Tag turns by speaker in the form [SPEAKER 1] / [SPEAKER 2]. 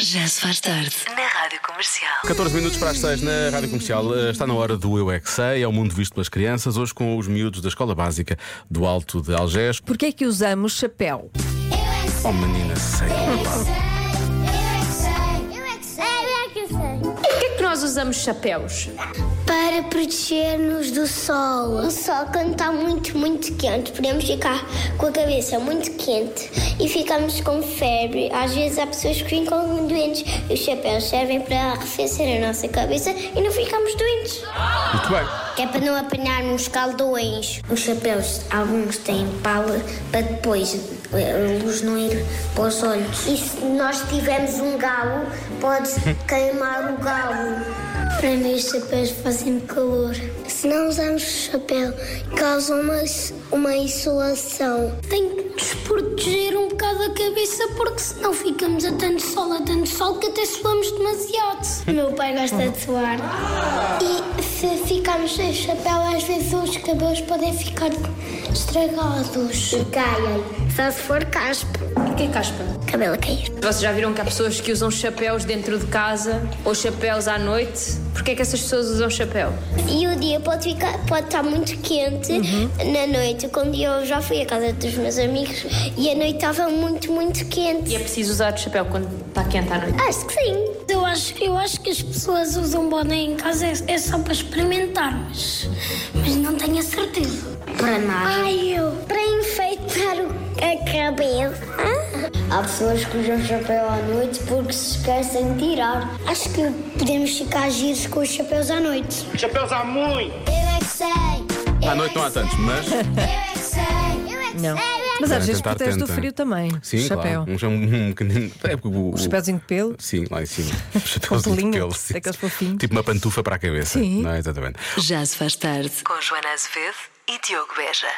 [SPEAKER 1] Já se faz tarde.
[SPEAKER 2] Na Rádio Comercial.
[SPEAKER 3] 14 minutos para as 6 na Rádio Comercial. Eh, Está na hora do Eu É Que Sei, é o mundo visto pelas crianças, hoje com os miúdos da Escola Básica do Alto de Algés.
[SPEAKER 4] Porquê é que usamos chapéu?
[SPEAKER 3] Oh, menina, sei lá.
[SPEAKER 5] Porquê que nós usamos chapéus?
[SPEAKER 6] Para proteger-nos do sol. O sol, quando está muito, muito quente, podemos ficar com a cabeça muito quente e ficamos com febre. Às vezes há pessoas que ficam doentes e os chapéus servem para arrefecer a nossa cabeça e não ficamos doentes.
[SPEAKER 3] Muito bem.
[SPEAKER 6] Que é para não apanharmos caldões. Os chapéus, alguns têm pala para depois eh, a luz não ir para os olhos. E se nós tivermos um galo, pode queimar o galo. Para mim, os chapéus fazem calor. Se não usarmos chapéu, causam uma, uma insolação. Tem que nos proteger um bocado a cabeça, porque senão ficamos a tanto sol, a tanto sol, que até suamos demasiado. Meu pai gosta de suar. E se ficarmos sem chapéu, às vezes os cabelos podem ficar estragados. E caem, só se for caspa.
[SPEAKER 5] O que é caspa?
[SPEAKER 6] Cabelo a cair.
[SPEAKER 5] Vocês já viram que há pessoas que usam chapéus dentro de casa ou chapéus à noite? Porquê é que essas pessoas usam chapéu?
[SPEAKER 6] E o dia pode, ficar, pode estar muito quente
[SPEAKER 5] Uhum.
[SPEAKER 6] na noite. Quando eu já fui à casa dos meus amigos e a noite estava muito, muito quente.
[SPEAKER 5] E é preciso usar chapéu quando está quente à noite.
[SPEAKER 6] Acho que sim. Eu acho, eu acho que as pessoas usam boné em casa é, é só para experimentar, mas, mas não tenho a certeza. Para nada. Ai, eu. Para enfeitar o- a cabeça. Há pessoas que usam chapéu à noite porque se esquecem de tirar. Acho que podemos ficar giros com os chapéus à noite.
[SPEAKER 7] Chapéus a muito.
[SPEAKER 6] Eu é que sei.
[SPEAKER 3] À noite não há tantos, mas.
[SPEAKER 6] Eu é que sei. Eu é que
[SPEAKER 4] Não. Mas às vezes
[SPEAKER 3] tentar,
[SPEAKER 4] protege do
[SPEAKER 3] tenta.
[SPEAKER 4] frio também.
[SPEAKER 3] Sim,
[SPEAKER 4] chapéu.
[SPEAKER 3] claro. Um, um, um pequenino. É porque o.
[SPEAKER 4] Os
[SPEAKER 3] o-
[SPEAKER 4] pezinho de pelo.
[SPEAKER 3] Sim, lá em cima. Chapéuzinho
[SPEAKER 4] pelinho,
[SPEAKER 3] de pelo. sim.
[SPEAKER 4] daqueles fofinhos.
[SPEAKER 3] Tipo uma pantufa para a cabeça.
[SPEAKER 4] Sim.
[SPEAKER 3] Não é exatamente.
[SPEAKER 1] Já se faz tarde.
[SPEAKER 2] Com Joana Azevedo e Diogo Beja.